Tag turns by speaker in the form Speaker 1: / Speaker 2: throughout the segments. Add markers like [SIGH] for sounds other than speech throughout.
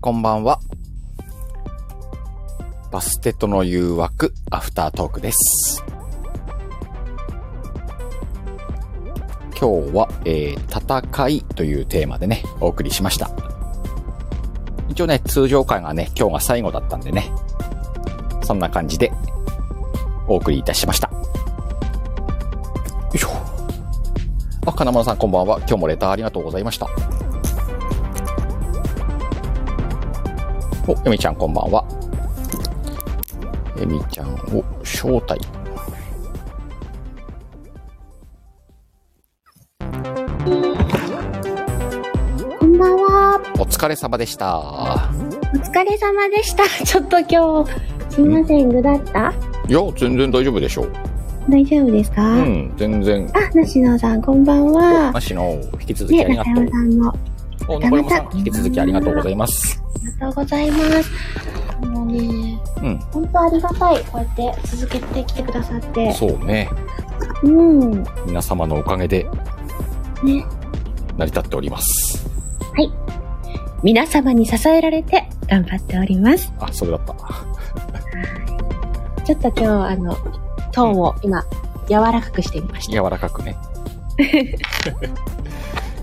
Speaker 1: こんばんは。バステとの誘惑、アフタートークです。今日は、えー、戦いというテーマでね、お送りしました。一応ね、通常回がね、今日が最後だったんでね、そんな感じで、お送りいたしました。よいしょ。あ、金村さんこんばんは。今日もレターありがとうございました。お、エミちゃんこんばんは。エミちゃんを招待。
Speaker 2: こんばんは。
Speaker 1: お疲れ様でした。
Speaker 2: お疲れ様でした。 [LAUGHS] ちょっと今日、すいません、ぐだった
Speaker 1: いや、全然大丈夫でしょう。
Speaker 2: 大丈夫ですか、
Speaker 1: うん、全然。
Speaker 2: あ、なしのさん、こんばんは
Speaker 1: な。しの、引き続き
Speaker 2: ね、
Speaker 1: ありが
Speaker 2: 中
Speaker 1: と
Speaker 2: 山さんも、あ
Speaker 1: う。お、中山さん、引き続きありがとうございます。
Speaker 2: りがとうございます。あのね、
Speaker 1: うん、
Speaker 2: 本当ありがたい。こうやって続けてきてくださって。
Speaker 1: そうね。
Speaker 2: うん。
Speaker 1: 皆様のおかげで
Speaker 2: ね。
Speaker 1: 成り立っております。
Speaker 2: 皆様に支えられて頑張っております。
Speaker 1: あ、それだった。
Speaker 2: ちょっと今日、あの、トーンを今、柔らかくしてみました。
Speaker 1: 柔らか [LAUGHS] くね。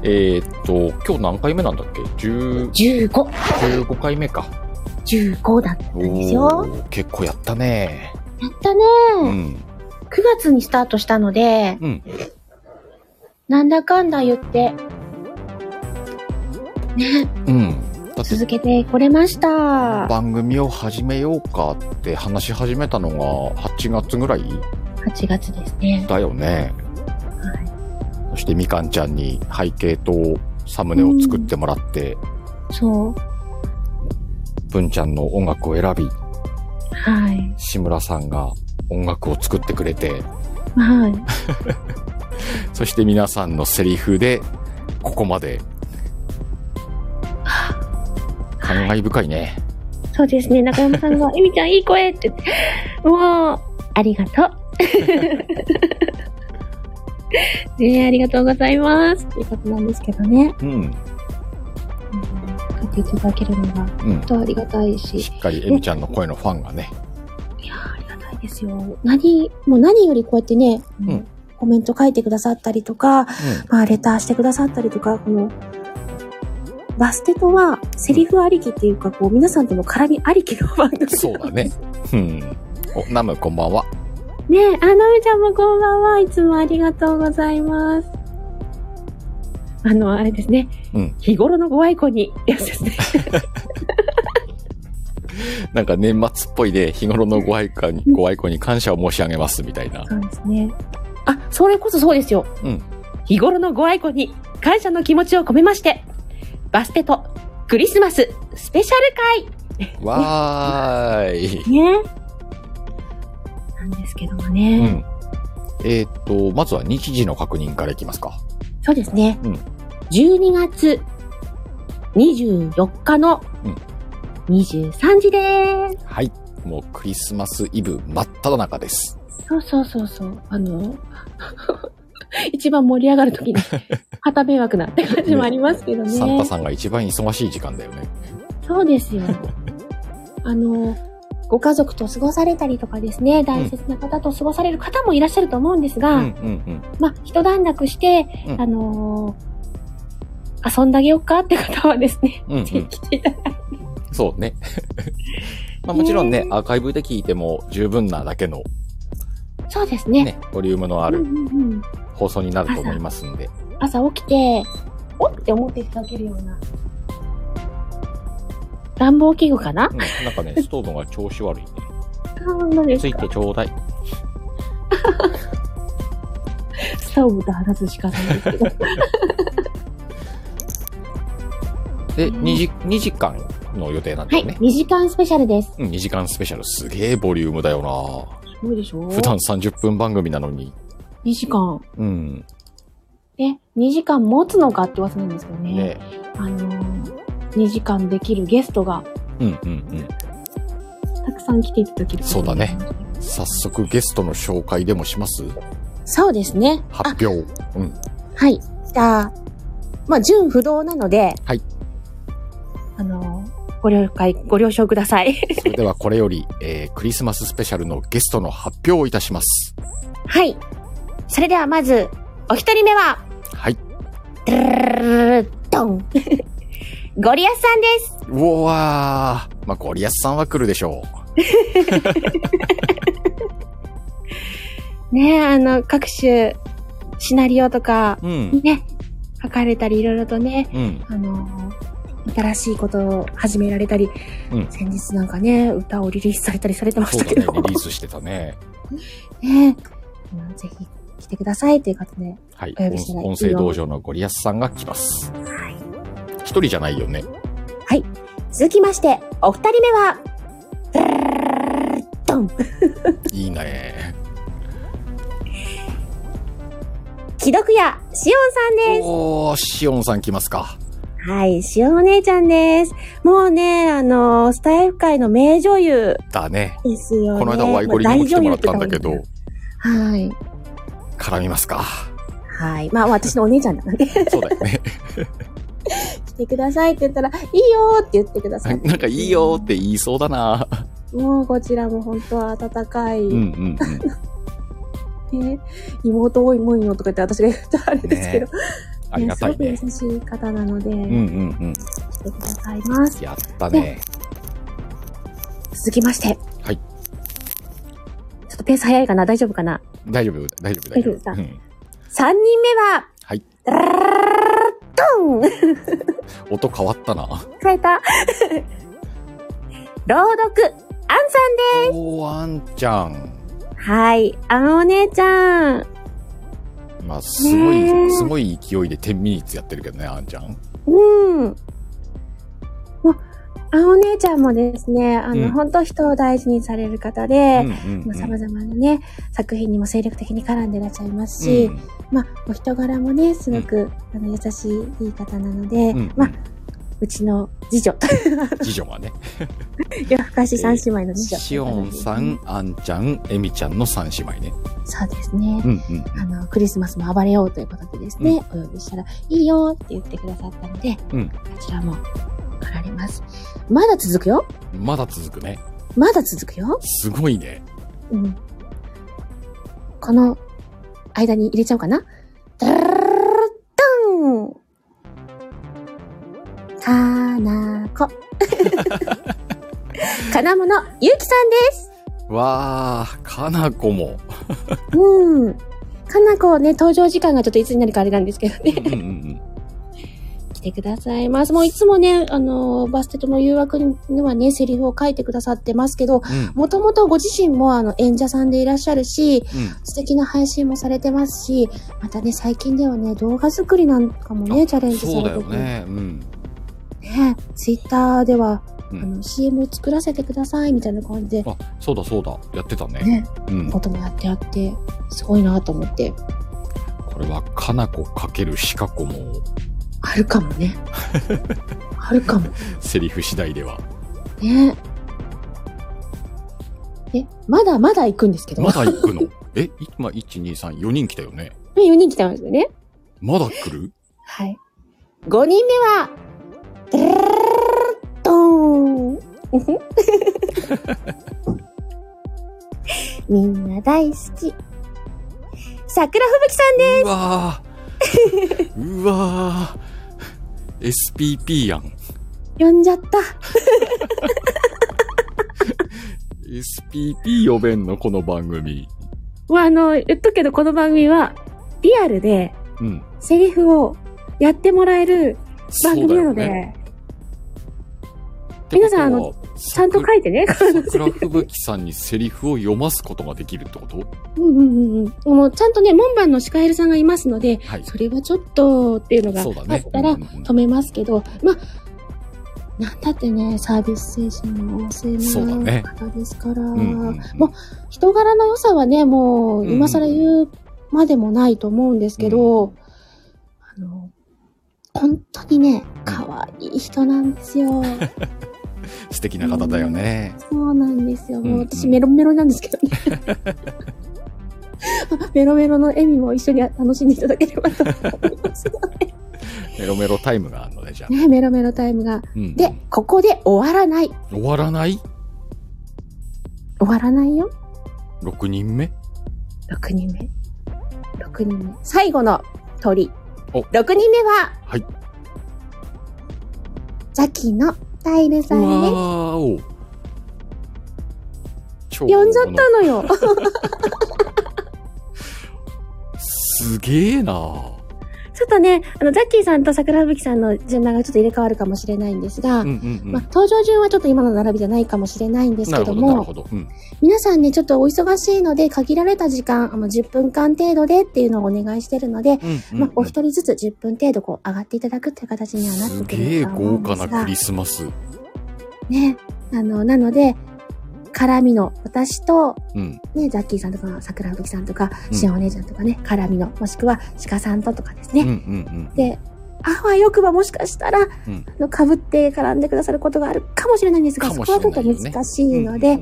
Speaker 1: えーっと、今日何回目なんだっけ ?10、
Speaker 2: 15、
Speaker 1: 15回目か。
Speaker 2: 15だったんです
Speaker 1: お
Speaker 2: よ。
Speaker 1: ー結構やったね。
Speaker 2: やったねー。
Speaker 1: うん。
Speaker 2: 9月にスタートしたので、
Speaker 1: うん
Speaker 2: なんだかんだ言って、ね、
Speaker 1: うん。だって
Speaker 2: 続けてこれました。8
Speaker 1: 番組を始めようかって話し始めたのが8月ぐらい
Speaker 2: 月ですね。
Speaker 1: だよね。そしてみかんちゃんに背景とサムネを作ってもらって、
Speaker 2: そう。
Speaker 1: ぶんちゃんの音楽を選び、
Speaker 2: はい。
Speaker 1: 志村さんが音楽を作ってくれて、
Speaker 2: はい。
Speaker 1: そして皆さんのセリフで、ここまで。感慨深いね。
Speaker 2: そうですね。中山さん [LAUGHS] が、ゆみちゃんいい声って言って、もう、ありがと [LAUGHS] う。ねえありがとうございます。ということなんですけどね。
Speaker 1: うん。
Speaker 2: うん書いていただけるのが、本
Speaker 1: うん。
Speaker 2: 当ありがたいし。
Speaker 1: しっかりエミちゃんの声のファンがね。
Speaker 2: いやーありがたいですよ。何、もう何よりこうやってね、
Speaker 1: ん
Speaker 2: コメント書いてくださったりとか、
Speaker 1: うん。
Speaker 2: まあ、レターしてくださったりとか、この、バステとは、セリフありきっていうか、こう、皆さんとの絡みありきの番組。
Speaker 1: そうだね。うん。お、ナムこんばんは。
Speaker 2: [LAUGHS] ねえ、あ、なめちゃんもこんばんは。いつもありがとうございます。あの、あれですね。
Speaker 1: うん
Speaker 2: 日頃のご愛顧に、やつですね。
Speaker 1: なんか年末っぽいで、日頃のご愛顧に、ご愛顧に感謝を申し上げますみたいな。
Speaker 2: そうですね。あ、それこそそうですよ。
Speaker 1: うん
Speaker 2: 日頃のご愛顧に感謝の気持ちを込めまして、バステとクリスマススペシャル
Speaker 1: わーい。
Speaker 2: 会ね。なんですけどもね。
Speaker 1: うん。えーっと、まずは日時の確認からいきますか。
Speaker 2: そうですね。
Speaker 1: うん
Speaker 2: 12月24日の
Speaker 1: うん
Speaker 2: 23時です。
Speaker 1: はい。もうクリスマスイブ真っ只中です。
Speaker 2: そうそうそうそう。あの、 [LAUGHS] 一番盛り上がると
Speaker 1: [LAUGHS]
Speaker 2: きに、旗迷惑なって感じもありますけどね。
Speaker 1: サンタさんが一番忙しい時間だよね。
Speaker 2: そうですよ。あの、ご家族と過ごされたりとかですね、大切な方と過ごされる方もいらっしゃると思うんです
Speaker 1: うん
Speaker 2: が、
Speaker 1: うん
Speaker 2: まあ、一段落して、
Speaker 1: うん
Speaker 2: あのー遊んであげようかって方はですね、
Speaker 1: うん。うん、う
Speaker 2: ぜひ
Speaker 1: ん。
Speaker 2: 来ていただいて。
Speaker 1: そうね。 [LAUGHS] まあもちろんね
Speaker 2: ね、
Speaker 1: アーカイブで聞いても十分なだけの
Speaker 2: そうですね。
Speaker 1: ね、ボリュームのあ
Speaker 2: うん
Speaker 1: る
Speaker 2: うんうん、
Speaker 1: 放送になると思いますんで。
Speaker 2: 朝起きて、おっって思っていただけるような。暖房器具かな
Speaker 1: うん。なんかね、ストーブが調子悪いね。
Speaker 2: そうなんで
Speaker 1: つ
Speaker 2: す
Speaker 1: い
Speaker 2: か
Speaker 1: てちょうだい。
Speaker 2: ストーブと話すしかない
Speaker 1: [LAUGHS]
Speaker 2: んですけど。
Speaker 1: で、
Speaker 2: うん
Speaker 1: 2時、2時間の予定なんだ
Speaker 2: は
Speaker 1: よ
Speaker 2: い、
Speaker 1: ね。
Speaker 2: 2時間スペシャルです。
Speaker 1: うん、2時間スペシャル。すげえボリュームだよ
Speaker 2: すごいでしょ
Speaker 1: な普段30分番組なのに。
Speaker 2: 2時間。
Speaker 1: うん。
Speaker 2: え、2時間持つのかって噂なんですけどね。
Speaker 1: ね
Speaker 2: あのー、2時間できるゲストが
Speaker 1: うんうんうん。
Speaker 2: たくさん来ていただける。
Speaker 1: そうだね。早速ゲストの紹介でもします
Speaker 2: そうですね。あ、
Speaker 1: 発表。うん。
Speaker 2: はい。じゃあ、まあ、純不動なので、
Speaker 1: はい。
Speaker 2: あのー、ご了解、ご了承ください。
Speaker 1: それではこれより、えークリスマススペシャルのゲストの発表をいたします。
Speaker 2: はい。それではまず、お一人目は、
Speaker 1: はい。
Speaker 2: ドゥルルルルルドン。ゴリアスさんです。
Speaker 1: うわー。まあ、ゴリアスさんは来るでしょ
Speaker 2: ねえ、あの、各種、シナリオとか、
Speaker 1: う。うん。
Speaker 2: ね、書かれたり、いろいろとね、
Speaker 1: うん。
Speaker 2: あの新しいことを始められたり、
Speaker 1: うん
Speaker 2: 先日なんかね、歌をリリースされたりされてまし
Speaker 1: そう
Speaker 2: た [LAUGHS]
Speaker 1: だね。リ
Speaker 2: け
Speaker 1: リー
Speaker 2: ど、
Speaker 1: スしてたね。
Speaker 2: ねうんぜひ来てくださいということで、
Speaker 1: はい。
Speaker 2: お呼びしない
Speaker 1: 音声道場のゴリアスさんが来ます。一人じゃないよね。
Speaker 2: 続きまして、お二人目は、ドン、
Speaker 1: いいね。
Speaker 2: 既読屋、しおんさんです。
Speaker 1: おー、シオンさん来ますか。
Speaker 2: はい、しおんお姉ちゃんです。もうね、あのスタイフ界の名女優
Speaker 1: だね。
Speaker 2: ですよね。
Speaker 1: この間ワイゴリにも来てもらったんだけ
Speaker 2: ま
Speaker 1: ど、
Speaker 2: あ。大女優っていうか
Speaker 1: 絡みますか。
Speaker 2: はい。はい。まあ、私のお姉ちゃんなので、
Speaker 1: そうだよね。
Speaker 2: [LAUGHS]
Speaker 1: [LAUGHS]
Speaker 2: 来てくださいって言ったら、いいよーって言ってください。
Speaker 1: なんかいいよーって言いそうだな。
Speaker 2: もうこちらも本当は温かい、
Speaker 1: うんうん
Speaker 2: ね、妹多いもんよとか言って私が言うとあれですけど、
Speaker 1: うん。ありがたい
Speaker 2: ね
Speaker 1: ね。
Speaker 2: すごく優しい方なので、
Speaker 1: うんうんうん。
Speaker 2: 来てくださいます。
Speaker 1: やったね。
Speaker 2: 続きまして。
Speaker 1: はい
Speaker 2: ちょっとペース早いかな大丈夫かな
Speaker 1: 大丈夫、大丈夫、大丈
Speaker 2: 大
Speaker 1: 夫。
Speaker 2: 丈夫
Speaker 1: うん、
Speaker 2: ?3 人目は、
Speaker 1: はい。
Speaker 2: ドン
Speaker 1: 音変わったな。
Speaker 2: 変えた。朗読、アンさ
Speaker 1: おー、あんちゃん。
Speaker 2: んはい。あんお姉ちゃん。
Speaker 1: まあ、すご
Speaker 2: ね
Speaker 1: い、
Speaker 2: ー
Speaker 1: すごい勢いで10ミニッツやってるけどね、あんちゃん。
Speaker 2: うん。もうあんお姉ちゃんもですね、あの、
Speaker 1: うん
Speaker 2: 本当人を大事にされる方
Speaker 1: う
Speaker 2: で、
Speaker 1: んうん
Speaker 2: まあ、
Speaker 1: うん
Speaker 2: 様々なね、作品にも精力的に絡んでいらっしゃいますし、まあ、お人柄もね、すごく、あの、優しい、いい方なので、
Speaker 1: うん
Speaker 2: まあ、うちの次女、
Speaker 1: 次女
Speaker 2: [LAUGHS]
Speaker 1: はね、
Speaker 2: 夜更かし三姉妹の次女。
Speaker 1: しおんさん。、あんちゃん、えみちゃんの3姉妹ね。
Speaker 2: そうですね。
Speaker 1: うんうん。
Speaker 2: あの、クリスマスも暴れようということでですね、お呼びしたら、いいよって言ってくださったので、
Speaker 1: うん
Speaker 2: こちらも来られます。まだ続くよ
Speaker 1: まだ続くね。
Speaker 2: まだ続くよ
Speaker 1: すごいね。
Speaker 2: うん。この間に入れちゃおうかな。ダララララドンかな [LAUGHS] こ。かなものゆうきさんです。
Speaker 1: わー、かなこも。
Speaker 2: うん。かなこね、登場時間がちょっといつになるかあれなんですけどね。
Speaker 1: うんうんうん。
Speaker 2: 来てくださいます。もういつもね、あの、バステとの誘惑にはね、セリフを書いてくださってますけど、
Speaker 1: うん
Speaker 2: もともとご自身もあの演者さんでいらっしゃるし、
Speaker 1: うん。
Speaker 2: 素敵な配信もされてますし、またね、最近ではね、動画作りなんかもね、チャレンジさ
Speaker 1: そうだ
Speaker 2: れ
Speaker 1: よ
Speaker 2: てて、
Speaker 1: ね。うん。
Speaker 2: ね、ツイッターでは、
Speaker 1: うん
Speaker 2: あの、CM 作らせてくださいみたいな感じで、
Speaker 1: あ、そうだそうだ。やってたね。
Speaker 2: ね、
Speaker 1: うん。
Speaker 2: こともやってあって、すごいなと思って、
Speaker 1: これは、かなこかけるしかこも、
Speaker 2: あるかも
Speaker 1: [LAUGHS]
Speaker 2: ね。あるかも。
Speaker 1: セリフ次第では。
Speaker 2: ね。え、まだまだ行くんですけど。
Speaker 1: まだ行くのえ、今、1、2、3、4人来たよね。
Speaker 2: 4人来てましたね。
Speaker 1: まだ来る
Speaker 2: はい。5人目は、ドゥルルルルルドーン。みんな大好き。桜吹雪さんで
Speaker 1: うわー。うわー。SPP やん。
Speaker 2: す。呼んじゃった。
Speaker 1: SPP 呼べんの、この番組。
Speaker 2: まあ、あの、言っとくけど、この番組は、リアルで、
Speaker 1: うん。
Speaker 2: セリフをやってもらえる番組なので、皆さんあの、ちゃんと書
Speaker 1: い
Speaker 2: いてね。
Speaker 1: [LAUGHS] 桜吹雪さんにセリフを読ますことができるってこと
Speaker 2: うんうんうんうん。もうちゃんとね、門番のシカエルさんがいますので、
Speaker 1: はい。
Speaker 2: それはちょっとっていうのが
Speaker 1: そうだ
Speaker 2: あ
Speaker 1: ね
Speaker 2: っ。たら
Speaker 1: うんうんうん
Speaker 2: 止めますけど、まあ、なんだってね、サービス精神の旺
Speaker 1: そうだ
Speaker 2: 盛
Speaker 1: ね
Speaker 2: な方ですから、
Speaker 1: うんうんうん
Speaker 2: もう人柄の良さはね、も
Speaker 1: うん
Speaker 2: う
Speaker 1: うん
Speaker 2: 今更言うまでもないと思うんですけど、あの、本当にね、可愛い人なんです
Speaker 1: [LAUGHS]
Speaker 2: よ。
Speaker 1: 素敵な方だよね。
Speaker 2: そうなんですよ。もう
Speaker 1: うんう
Speaker 2: 私
Speaker 1: ん
Speaker 2: メロメロなんですけどね。
Speaker 1: [LAUGHS]
Speaker 2: メロメロの笑みも一緒に楽しんでいただければと思います。
Speaker 1: メロメロタイムがあるので、じゃあ。
Speaker 2: ね、メロメロタイムが。
Speaker 1: うん
Speaker 2: で、ここで終わらない。
Speaker 1: 終わらない
Speaker 2: 終わらないよ。
Speaker 1: ?6 人目
Speaker 2: 6人目。6人目。最後の鳥。
Speaker 1: お
Speaker 2: 6人目は、
Speaker 1: はい。
Speaker 2: ザキのタイルさ
Speaker 1: うわ
Speaker 2: んです。
Speaker 1: ーお超
Speaker 2: 呼んじゃったのよ。 [LAUGHS]
Speaker 1: すげえな
Speaker 2: ちょっとね、あの、ザッキーさんと桜吹雪さんの順番がちょっと入れ替わるかもしれないんですが、
Speaker 1: うんうんうん。
Speaker 2: まあ、登場順はちょっと今の並びじゃないかもしれないんです
Speaker 1: な
Speaker 2: け
Speaker 1: るほ
Speaker 2: ど
Speaker 1: ど、なる
Speaker 2: も、
Speaker 1: ほど。うん。
Speaker 2: 皆さんね、ちょっとお忙しいので、限られた時間、あの、10分間程度でっていうのをお願いしてるので、
Speaker 1: うんうんうん
Speaker 2: まあ、お一人ずつ10分程度こう上がっていただくっていう形にはなって
Speaker 1: す
Speaker 2: く
Speaker 1: げえ
Speaker 2: ると思う
Speaker 1: 豪華
Speaker 2: んです
Speaker 1: な
Speaker 2: が
Speaker 1: クリスマス。
Speaker 2: ね、あの、なので、絡みの私と、
Speaker 1: うん。
Speaker 2: ね、ザッキーさんとか、桜吹さんとか、
Speaker 1: うん
Speaker 2: シオンお姉ちゃんとかね、絡みの、もしくは鹿さんととかです
Speaker 1: う
Speaker 2: ね。
Speaker 1: んうんうん。
Speaker 2: で、あわよくばもしかしたら、
Speaker 1: うん
Speaker 2: あの、かぶって絡んでくださることがあるかもしれないんですが、
Speaker 1: か
Speaker 2: そ
Speaker 1: も
Speaker 2: こ
Speaker 1: しれ
Speaker 2: は
Speaker 1: ない
Speaker 2: ちょ
Speaker 1: よ
Speaker 2: っ
Speaker 1: ね
Speaker 2: と難しいので、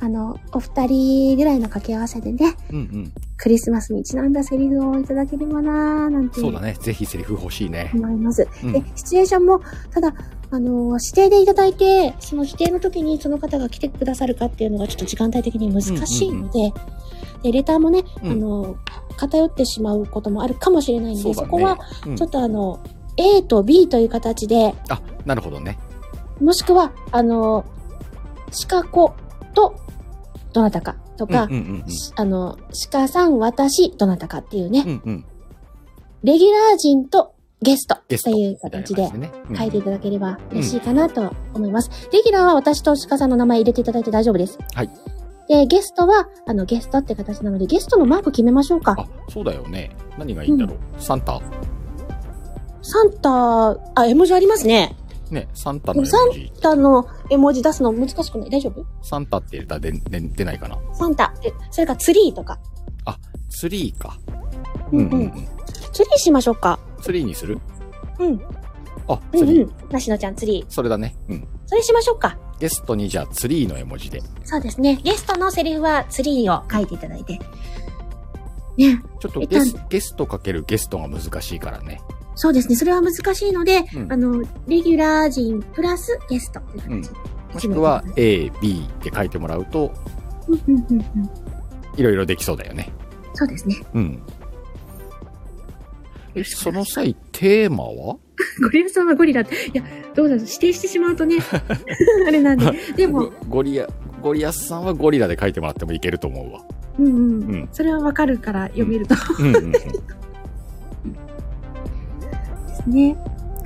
Speaker 2: あの、お二人ぐらいの掛け合わせでね、
Speaker 1: うんうん、うんうん。
Speaker 2: クリスマスにちなんだセリフをいただければなぁ、なんて
Speaker 1: そうだね。ぜひセリフ欲しいね。
Speaker 2: 思います。
Speaker 1: うん
Speaker 2: で、シチュエーションも、ただ、あの、指定でいただいて、その指定の時にその方が来てくださるかっていうのがちょっと時間帯的に難しいので、で、レターもね、
Speaker 1: うん
Speaker 2: あの、偏ってしまうこともあるかもしれないので、
Speaker 1: そだ
Speaker 2: そう
Speaker 1: ね。
Speaker 2: こは、
Speaker 1: うん
Speaker 2: ちょっとあの、A と B という形で、
Speaker 1: あ、なるほどね。
Speaker 2: もしくは、あの、鹿子と、どなたかとか、
Speaker 1: うんうんうん
Speaker 2: しあの、鹿さん、私、どなたかっていうね、
Speaker 1: うん。うんうん。
Speaker 2: レギュラー陣とゲスト
Speaker 1: ゲスト。
Speaker 2: という形で
Speaker 1: みたいな感じね
Speaker 2: 書いて
Speaker 1: う
Speaker 2: い
Speaker 1: ん
Speaker 2: ただければ嬉しいかなと思います。レギュラーは私と鹿さんの名前入れていただいて大丈夫です。
Speaker 1: はい。
Speaker 2: で、ゲストは、あの、ゲストって形なので、ゲストのマーク決めましょうか。
Speaker 1: あ、そうだよね。何がいいんだろう。サンタ
Speaker 2: サンタ、あ、絵文字ありますね。
Speaker 1: ね、サンタの絵
Speaker 2: サン
Speaker 1: 文字。
Speaker 2: サンタの絵文字出すの難しくない大丈夫
Speaker 1: サンタって入れたら出出出ないかな。
Speaker 2: サンタ。え、それからツリーとか。
Speaker 1: ツリーか。
Speaker 2: う
Speaker 1: うんん
Speaker 2: う
Speaker 1: うんんうん。
Speaker 2: ツリーしましょうか。
Speaker 1: ツリーにする
Speaker 2: うん。
Speaker 1: あ、
Speaker 2: う
Speaker 1: ツ
Speaker 2: ん
Speaker 1: リー。
Speaker 2: うん。なしのちゃんツリー。
Speaker 1: それだね。うん。
Speaker 2: それしましょうか。
Speaker 1: ゲストにじゃあツリーの絵文字で。
Speaker 2: そうですね。ゲストのセリフはツリーを書いていただいて。ね。
Speaker 1: ちょっと
Speaker 2: え
Speaker 1: ゲスゲストかけるゲストが難しいからね。
Speaker 2: そうですね。それは難しいので、
Speaker 1: うん
Speaker 2: あの、レギュラー陣プラスゲストという形で。
Speaker 1: もしくは A、B って書いてもらうと、
Speaker 2: うんうんうんうん
Speaker 1: いろいろできそうだよね。
Speaker 2: そうですね。
Speaker 1: うん。え、その際、テーマは
Speaker 2: ゴリラさんはゴリラって、いや、どうだろう。指定してしまうと
Speaker 1: [LAUGHS]
Speaker 2: ね、あれなんで。でも
Speaker 1: ゴ、ゴリア、ゴリアスさんはゴリラで書いてもらってもいけると思うわ。
Speaker 2: うんうん。
Speaker 1: うん
Speaker 2: それはわかるから読めると
Speaker 1: うんうんうん。
Speaker 2: ですね。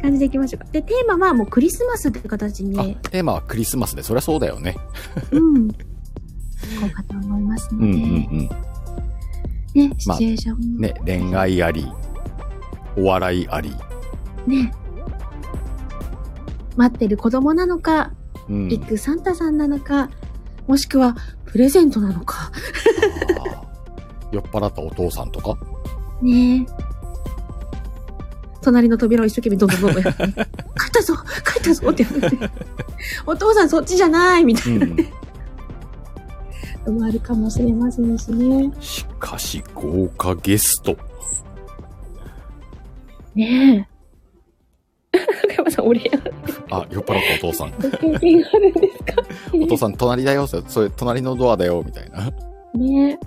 Speaker 2: 感じでいきましょうか。で、テーマはもうクリスマスという形に
Speaker 1: あ
Speaker 2: ね、、
Speaker 1: テーマはクリスマスで、そりゃそうだよね。
Speaker 2: うん。いこうかと思いますの
Speaker 1: う
Speaker 2: で、
Speaker 1: んうん
Speaker 2: ね、シ
Speaker 1: まあ
Speaker 2: チュエーション
Speaker 1: うん。
Speaker 2: もね
Speaker 1: ね、恋愛あり、お笑いあり。
Speaker 2: 待ってる子供なのか、
Speaker 1: うん。
Speaker 2: ビッグサンタさんなのか、もしくはプレゼントなのか。
Speaker 1: あー酔っ払ったお父さんとか
Speaker 2: ねえ。隣の扉を一生懸命どんどんどんどん [LAUGHS] やって、帰ったぞ帰ったぞってやって。お父さんそっちじゃないみた
Speaker 1: う
Speaker 2: い
Speaker 1: んうん。
Speaker 2: なのもあるかもしれませんしね。
Speaker 1: しかし、豪華ゲスト。
Speaker 2: ねえ。 [LAUGHS] 中山さん、俺や。
Speaker 1: あ、酔っ払ったお父さん。
Speaker 2: ご経験があるんですか
Speaker 1: お父さん隣だよ、それそれ隣のドアだよ、みたいな。
Speaker 2: ね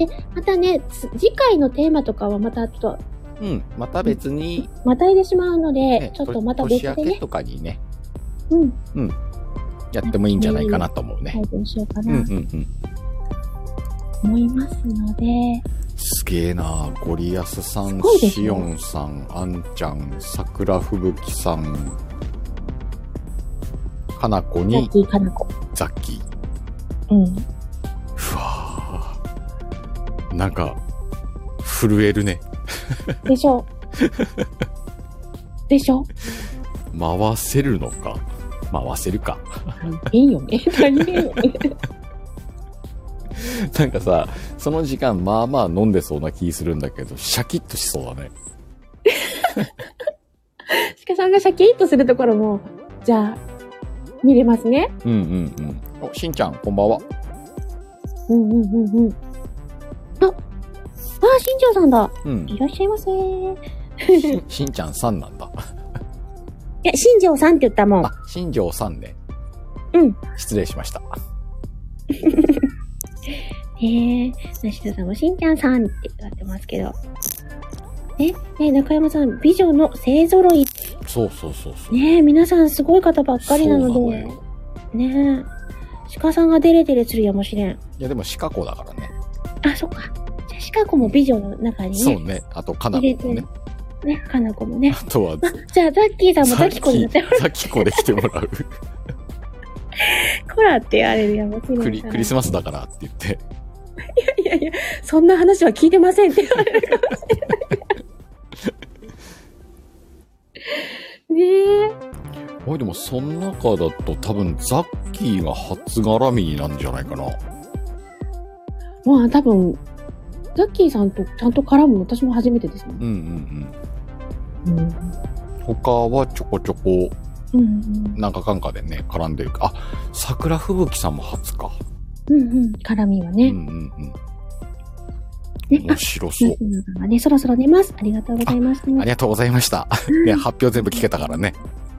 Speaker 2: え。で、またね、つ次回のテーマとかはまたちょっと、
Speaker 1: うん。また別に、
Speaker 2: またいでしまうので
Speaker 1: ね、
Speaker 2: ちょっとまた別
Speaker 1: 年
Speaker 2: で
Speaker 1: 明
Speaker 2: ね
Speaker 1: け、とかにね、
Speaker 2: うん、
Speaker 1: やってもいいんじゃないかなと思う
Speaker 2: 書
Speaker 1: ね。
Speaker 2: いてみしようか
Speaker 1: うんう
Speaker 2: なんと
Speaker 1: うん。
Speaker 2: 思いますので、
Speaker 1: すげえなゴリアスさ
Speaker 2: す
Speaker 1: ん、
Speaker 2: ごいですね
Speaker 1: シオンさん、アンちゃん、桜吹雪さん、かなこ
Speaker 2: ラ
Speaker 1: に
Speaker 2: ッ、キーかなこ。
Speaker 1: ザッキー。
Speaker 2: うん。
Speaker 1: ふわー。なんか、震えるね。
Speaker 2: でしょ [LAUGHS] でしょ
Speaker 1: 回せるのか。回せるか。 [LAUGHS]
Speaker 2: 大変よね。大変よね。
Speaker 1: なんかさ、その時間、まあまあ飲んでそうな気するんだけど、シャキッとしそうだね。
Speaker 2: 鹿さんがシャキッとするところも、じゃあ、見れますね。
Speaker 1: うんうんうん。お、しんちゃん、こんばんは。
Speaker 2: うんうんうんうん。あ、あ、新庄さんだ。
Speaker 1: うん。
Speaker 2: [LAUGHS] いらっしゃいませ。
Speaker 1: しんしんちゃんさんなん
Speaker 2: [LAUGHS]
Speaker 1: だ。
Speaker 2: や、新庄さんって言ったもん
Speaker 1: あ。、新庄さんね。
Speaker 2: うん。
Speaker 1: 失礼しました。
Speaker 2: ええ梨田さんもしんちゃんさんって言ってますけど。ね、ね中山さん、美女の勢揃い。
Speaker 1: そうそうそうそう。
Speaker 2: ね皆さんすごい方ばっかりなの
Speaker 1: そう
Speaker 2: で。
Speaker 1: よ
Speaker 2: ね鹿さんがデレデレするやもしれん。
Speaker 1: いや、でもシカ子だからね。
Speaker 2: あ、そっか。じゃあ、シカ子も美女の中に
Speaker 1: そう
Speaker 2: ね、
Speaker 1: ね。あと、カナコも
Speaker 2: 入れ
Speaker 1: ね
Speaker 2: て。ね、かな子もね。
Speaker 1: あとは、
Speaker 2: あ、じゃあ、ザッキーさんもザ
Speaker 1: ザ
Speaker 2: キコにな
Speaker 1: キ
Speaker 2: っちゃう。
Speaker 1: ザキコで来てもら
Speaker 2: [LAUGHS]
Speaker 1: う。
Speaker 2: コラって言われるやもしれんか
Speaker 1: ク
Speaker 2: ら。
Speaker 1: リクリスマスだからって言って。
Speaker 2: いやいや、そんな話は聞いてませんって言われるかもしれない。ね
Speaker 1: おい、でも、その中だと多分、ザッキーが初絡みなんじゃないかな。
Speaker 2: え。まあ多分、ザッキーさんとちゃんと絡むの私も初めてですね
Speaker 1: うん。うん
Speaker 2: うん。
Speaker 1: うん。他はちょこちょこ、
Speaker 2: うん。
Speaker 1: なんかかんかでね、絡んでるか。あ、桜吹雪さんも初か。
Speaker 2: うんうん。絡みは
Speaker 1: う
Speaker 2: ね。
Speaker 1: んうんうん。
Speaker 2: ね、あ
Speaker 1: 面、白そ
Speaker 2: ニ
Speaker 1: う
Speaker 2: ー。ナさんがね、そろそろ寝ます。ありがとうございます、
Speaker 1: ありがとうございました。ね、発表全部聞けたからね。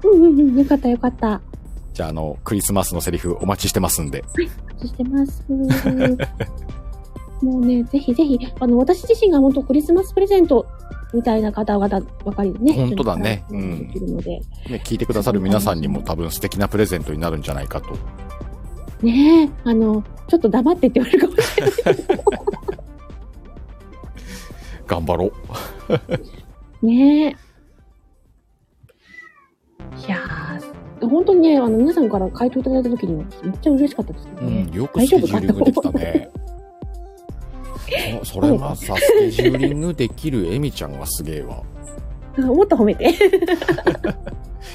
Speaker 2: うんうんうん。よかったよかった。
Speaker 1: じゃあ、あの、クリスマスのセリフお待ちしてますんで。
Speaker 2: そして
Speaker 1: [LAUGHS]
Speaker 2: ます。もうね、ぜひぜひ、あの、私自身が本当クリスマスプレゼントみたいな方々ばかりでね。
Speaker 1: 本当だね
Speaker 2: 一緒に
Speaker 1: うん
Speaker 2: できるので。
Speaker 1: ね、聞いてくださる皆さんにも多分素敵なプレゼントになるんじゃないかと。
Speaker 2: ねえ、あの、ちょっと黙ってって言われるかもしれない。
Speaker 1: 頑張ろう。
Speaker 2: ねえ。いやー、本当にね、あの、皆さんから回答いただいた時にはめっちゃ嬉しかったですけど
Speaker 1: う
Speaker 2: ね
Speaker 1: ん、。よくスケジューリングできた
Speaker 2: [LAUGHS]
Speaker 1: ね。そそれがさ、スケジューリングできるエミちゃんがすげえわ。
Speaker 2: あもっと褒めて。 [LAUGHS]
Speaker 1: い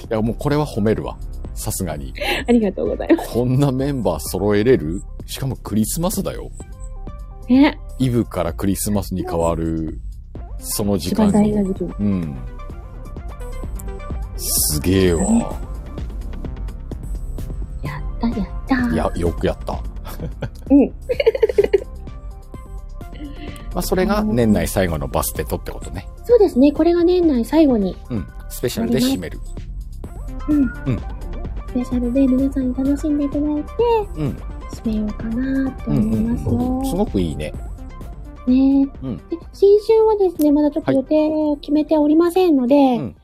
Speaker 1: や、もうこれは褒めるわ。さすがに。
Speaker 2: ありがとうございま
Speaker 1: こんなメンバー揃えれるしかもクリスマスだよ。
Speaker 2: す。ね
Speaker 1: イブからクリスマスに変わる、その時
Speaker 2: 一
Speaker 1: 間
Speaker 2: 番大事な
Speaker 1: に。
Speaker 2: 時期。
Speaker 1: うん。すげえわ。
Speaker 2: やったやった。
Speaker 1: いや、よくやった。
Speaker 2: うん。
Speaker 1: まあ、それが年内最後のバステットってことね。
Speaker 2: そうですね、これが年内最後に、
Speaker 1: うん。スペシャルで締める。
Speaker 2: うん。
Speaker 1: うん
Speaker 2: スペシャルで皆さんに楽しんでいただいて、
Speaker 1: うん。
Speaker 2: 締めようかなと
Speaker 1: うん
Speaker 2: 思いますよ。
Speaker 1: うんうん。すごくいいね。
Speaker 2: ね
Speaker 1: うん
Speaker 2: で新春はですね、まだちょっと
Speaker 1: はい
Speaker 2: 予定を決めておりませんので、
Speaker 1: ん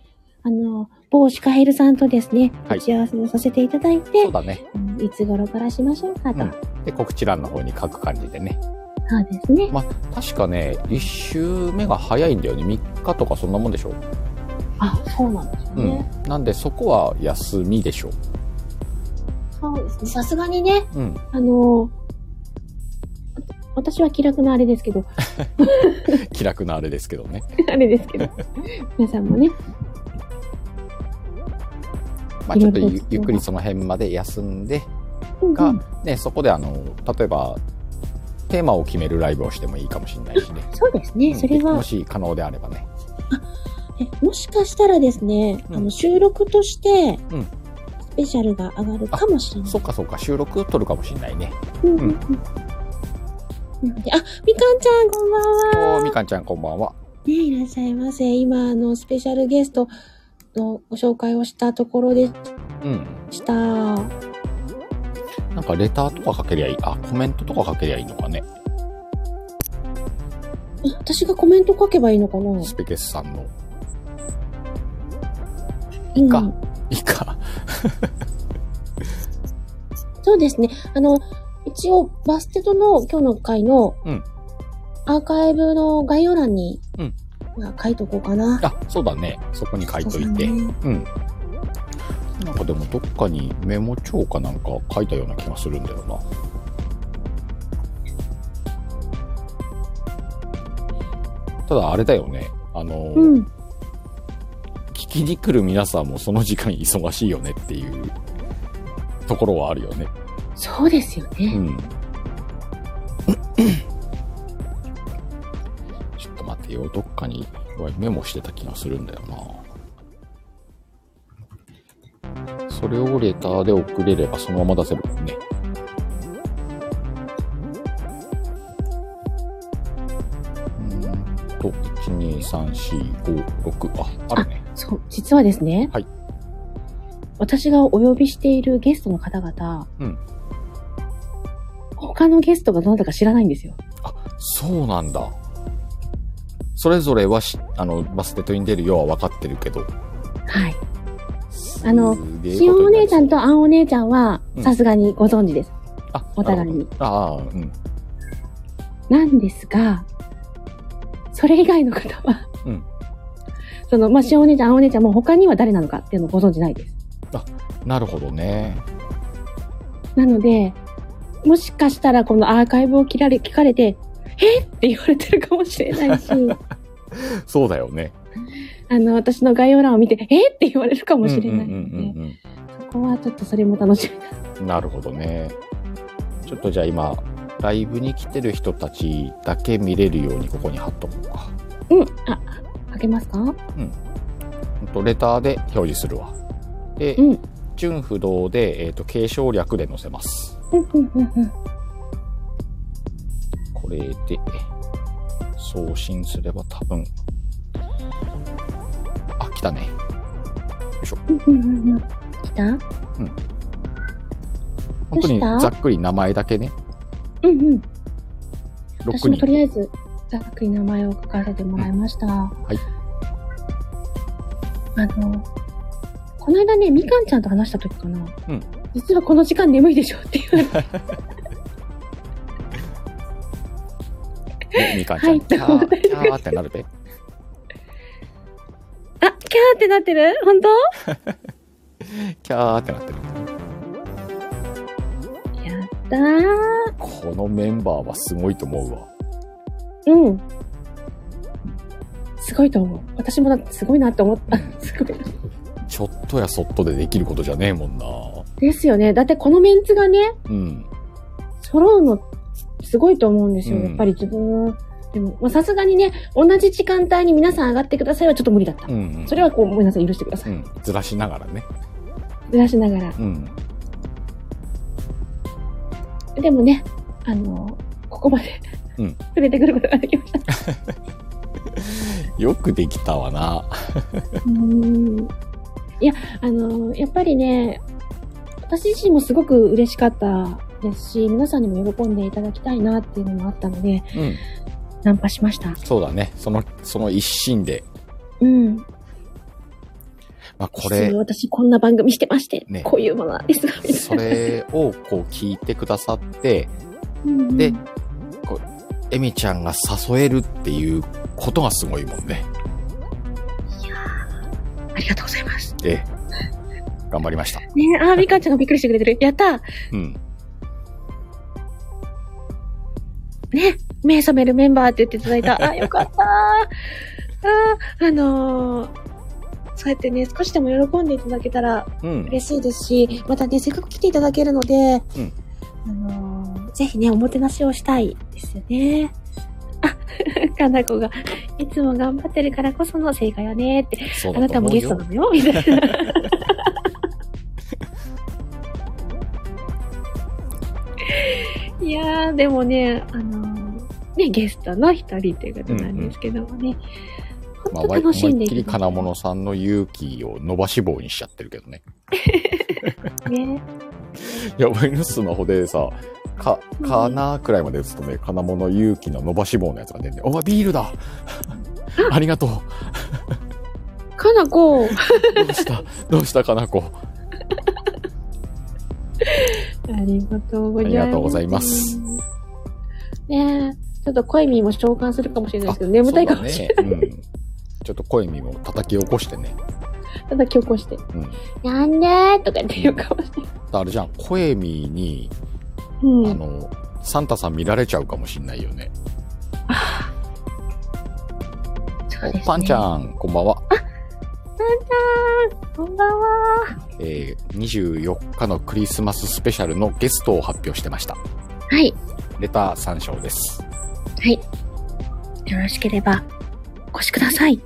Speaker 2: あの、某シカヘルさんとですね、
Speaker 1: はい
Speaker 2: 打ち合わせをさせていただいて、
Speaker 1: そうだね。
Speaker 2: うんいつ頃からしましょうかと。
Speaker 1: うんで、告知欄の方に書く感じでね。
Speaker 2: そうですね。
Speaker 1: まあ、確かね、1週目が早いんだよね。3日とかそんなもんでしょ。
Speaker 2: あ、そうなんですよ
Speaker 1: う
Speaker 2: ね。
Speaker 1: ん。なんで、そこは休みでしょ。
Speaker 2: そうですね。さすがにね、
Speaker 1: うん。
Speaker 2: あの、私は気楽なあれですけど、
Speaker 1: 気楽なあれですけどね。
Speaker 2: [LAUGHS] あれですけど、 [LAUGHS] 皆さんもね、
Speaker 1: まあ、ちょっと
Speaker 2: いろいろ
Speaker 1: ゆ
Speaker 2: と
Speaker 1: ゆっくりその辺まで休んで、
Speaker 2: うんうん
Speaker 1: が、ね、そこであの、例えば、テーマを決めるライブをしてもいいかもしれないしね。
Speaker 2: そうです [LAUGHS] ね、
Speaker 1: うん
Speaker 2: それは
Speaker 1: もし可能であればね。
Speaker 2: えもしかしたらですね、
Speaker 1: うん
Speaker 2: あの収録として、
Speaker 1: うん
Speaker 2: スペシャルが上がるかもしれない。
Speaker 1: そっかそっか、収録撮るかもしれないね。
Speaker 2: うんうんうんなのであ、みかんちゃん、こんばんは。
Speaker 1: おー、みかんちゃんこんばんは。
Speaker 2: ね、いらっしゃいませ。今、あの、スペシャルゲストのご紹介をしたところで
Speaker 1: うん。
Speaker 2: した。あ
Speaker 1: なんかレターとかかけりゃいい。あ、コメントとかかけりゃいいのかね。
Speaker 2: 私がコメント書けばいいのかな
Speaker 1: スペケスさんの。
Speaker 2: いい
Speaker 1: か
Speaker 2: うん
Speaker 1: いいか。
Speaker 2: そうですね。あの、一応、バステトの今日の回の
Speaker 1: うん、
Speaker 2: アーカイブの概要欄に、
Speaker 1: うん
Speaker 2: まあ書いとこうかな。
Speaker 1: あ、そうだね。そこに書いといて。
Speaker 2: そう
Speaker 1: う
Speaker 2: ですね
Speaker 1: ん。なんかでもどっかにメモ帳かなんか書いたような気がするんだよな。ただあれだよね。あの、
Speaker 2: うん。
Speaker 1: 聞きに来る皆さんもその時間忙しいよねっていうところはあるよね。
Speaker 2: そうですよ
Speaker 1: う
Speaker 2: ね。
Speaker 1: ん。 [COUGHS] ちょっと待ってよ。どっかに俺メモしてた気がするんだよな。それをレターで送れればそのまま出せるもんね。うーんと、 1,2,3,4,5,6あ、あるね。
Speaker 2: そう、実はですね。
Speaker 1: はい
Speaker 2: 私がお呼びしているゲストの方々。
Speaker 1: うん
Speaker 2: 他のゲストがどなたか知らないんですよ。
Speaker 1: そうなんだ。それぞれはし、あの、バステットに出るようは分かってるけど。
Speaker 2: はい。あの
Speaker 1: すげえことになりそう、
Speaker 2: しおお姉ちゃんとあんお姉ちゃんは
Speaker 1: う、ん
Speaker 2: さすがにご存知です。
Speaker 1: あ、
Speaker 2: お互
Speaker 1: な
Speaker 2: い
Speaker 1: る
Speaker 2: に。
Speaker 1: ほど。ああ、うん。
Speaker 2: なんですが、それ以外の方は、
Speaker 1: うん
Speaker 2: その、まあ、しおお姉ちゃん、あんお姉ちゃんも他には誰なのかっていうのをご存知ないです。
Speaker 1: なるほどね。 [LAUGHS]
Speaker 2: なので、もしかしたらこのアーカイブを切られ、聞かれて、えって言われてるかもしれないし、あ
Speaker 1: そうだよね。
Speaker 2: の、私の概要欄を見て、えって言われるかもしれない
Speaker 1: うんうんう
Speaker 2: ので、
Speaker 1: ん
Speaker 2: そこはちょっとそれも楽しみだ。
Speaker 1: うん。なるほどね。ちょっとじゃあ今、ライブに来てる人たちだけ見れるようにここに貼っとこうか。
Speaker 2: うん、あ、書けますか
Speaker 1: ほんとレターで表示するわ。で、
Speaker 2: うん
Speaker 1: 純不動で、えっ、と、継承略で載せます。
Speaker 2: うん、うん、うん、うん。
Speaker 1: これで、送信すれば多分。あ、来たね。
Speaker 2: うんうんうんうん。来たうん
Speaker 1: 本当に
Speaker 2: どうした
Speaker 1: ざっくり名前だけね。
Speaker 2: うん。私
Speaker 1: 6
Speaker 2: もと
Speaker 1: 人。
Speaker 2: りあえず、ざっくり名前を書かせてもらいました。
Speaker 1: い
Speaker 2: あの、この間ね、みかんちゃんと話した時かな。
Speaker 1: うん
Speaker 2: 実はこの時間眠いでしょって言われて、
Speaker 1: ねみかんちゃん。
Speaker 2: はい
Speaker 1: キャー、キャーってなるべ。
Speaker 2: [LAUGHS] あ、キャーってなってる本当
Speaker 1: キャーってなってる。
Speaker 2: やったー。
Speaker 1: このメンバーはすごいと思うわ。
Speaker 2: うん。すごいと思う。私もだってすごいなって思った。 [LAUGHS] すごい。
Speaker 1: ちょっとやそっとでできることじゃねえもんな。
Speaker 2: ですよね。だってこのメンツがね、
Speaker 1: うん。
Speaker 2: 揃うのすごいと思うんですよ、
Speaker 1: うん
Speaker 2: やっぱり自分は。でも、まあさすがにね、同じ時間帯に皆さん上がってくださいはちょっと無理だった
Speaker 1: う。ん、うん。
Speaker 2: それはこう、皆さん許してくださ
Speaker 1: う
Speaker 2: い。
Speaker 1: ん。ずらしながらね。
Speaker 2: ずらしながら。
Speaker 1: うん。
Speaker 2: でもね、あの、ここまで、
Speaker 1: うん
Speaker 2: [LAUGHS] 触れてくることができました。
Speaker 1: よくできたわな。
Speaker 2: うんいや、あの、やっぱりね、私自身もすごく嬉しかったですし、皆さんにも喜んでいただきたいなっていうのもあったので、
Speaker 1: うん。
Speaker 2: ナンパしました。
Speaker 1: そうだね。その、その一心で。
Speaker 2: うん。
Speaker 1: まあ、こ
Speaker 2: 実
Speaker 1: れ
Speaker 2: は、私こんな番組してまして、
Speaker 1: ね
Speaker 2: こういうものなんですが、みたいな
Speaker 1: それをこう聞いてくださって、
Speaker 2: うん
Speaker 1: でエミちゃんが誘えるっていうことがすごいもんね。
Speaker 2: ありがとうございます。
Speaker 1: で、頑張りました。
Speaker 2: ねあー、みかんちゃんがびっくりしてくれてる。やったー
Speaker 1: うん。
Speaker 2: ね目覚めるメンバーって言っていただいた。あー、よかったーあー、あのー、そうやってね、少しでも喜んでいただけたら
Speaker 1: うん。
Speaker 2: 嬉しいですし、またね、せっかく来ていただけるので、
Speaker 1: うん
Speaker 2: あのー、ぜひね、おもてなしをしたいですよね。あ、 [LAUGHS] かなこが、いつも頑張ってるからこその正解よねって、
Speaker 1: そう
Speaker 2: あ
Speaker 1: だ
Speaker 2: な
Speaker 1: と
Speaker 2: たも
Speaker 1: 思
Speaker 2: ゲ
Speaker 1: う
Speaker 2: スト
Speaker 1: よ
Speaker 2: な。のよ、みたいな。 [LAUGHS] いやー、でもね、あのーね、ゲストの一人ということなんですけどもね、
Speaker 1: まあ、
Speaker 2: 本当
Speaker 1: わい
Speaker 2: 楽
Speaker 1: 思
Speaker 2: しん
Speaker 1: い
Speaker 2: で
Speaker 1: っき
Speaker 2: いき
Speaker 1: り
Speaker 2: たい
Speaker 1: 金物さんの勇気を伸ばし棒にしちゃってるけどね。
Speaker 2: ね。
Speaker 1: いや、俺のスマホでさ、か、
Speaker 2: うん
Speaker 1: かなくらいまで打つとね、金物勇気の伸ばし棒のやつが出て、お前ビールだ [LAUGHS] ありがとう
Speaker 2: かなこ、あ
Speaker 1: どうしたどうしたかな子
Speaker 2: りがとうご
Speaker 1: あ
Speaker 2: ざいます。
Speaker 1: りがとうございます。
Speaker 2: ねえちょっとコイミーも召喚するかもしれないですけど、眠たいかもしれない。
Speaker 1: そうだね。うん。ちょっと声耳を叩き起こしてね。
Speaker 2: ただ強行して、
Speaker 1: うん。
Speaker 2: なんでーとかって言うかもしれない。
Speaker 1: あれじゃん、声耳に、
Speaker 2: うん
Speaker 1: あの、サンタさん見られちゃうかもしんないよね。
Speaker 2: そうですね
Speaker 1: パンちゃん、こんばんは。
Speaker 2: こんばんは。
Speaker 1: えー、24日のクリスマススペシャルのゲストを発表してました。
Speaker 2: はい。
Speaker 1: レター参照です。
Speaker 2: はい。よろしければ、お越しください。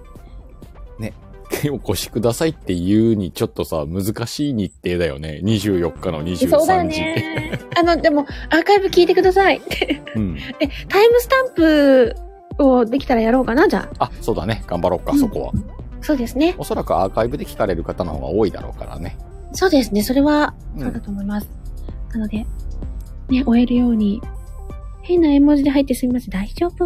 Speaker 1: お越しくださいって言うにちょっとさ、難しい日程だよね。24日の23時。
Speaker 2: そうだよね。あの、でも、アーカイブ聞いてください。
Speaker 1: うん。
Speaker 2: え、タイムスタンプをできたらやろうかな、じゃあ。
Speaker 1: あ、そうだね。頑張ろうか、
Speaker 2: うん
Speaker 1: そこは。
Speaker 2: そうですね。
Speaker 1: おそらくアーカイブで聞かれる方の方が多いだろうからね。
Speaker 2: そうですね。それは、
Speaker 1: う
Speaker 2: そうだ
Speaker 1: ん。
Speaker 2: と思います。なので、ね、終えるように、変な絵文字で入ってすみません。大丈夫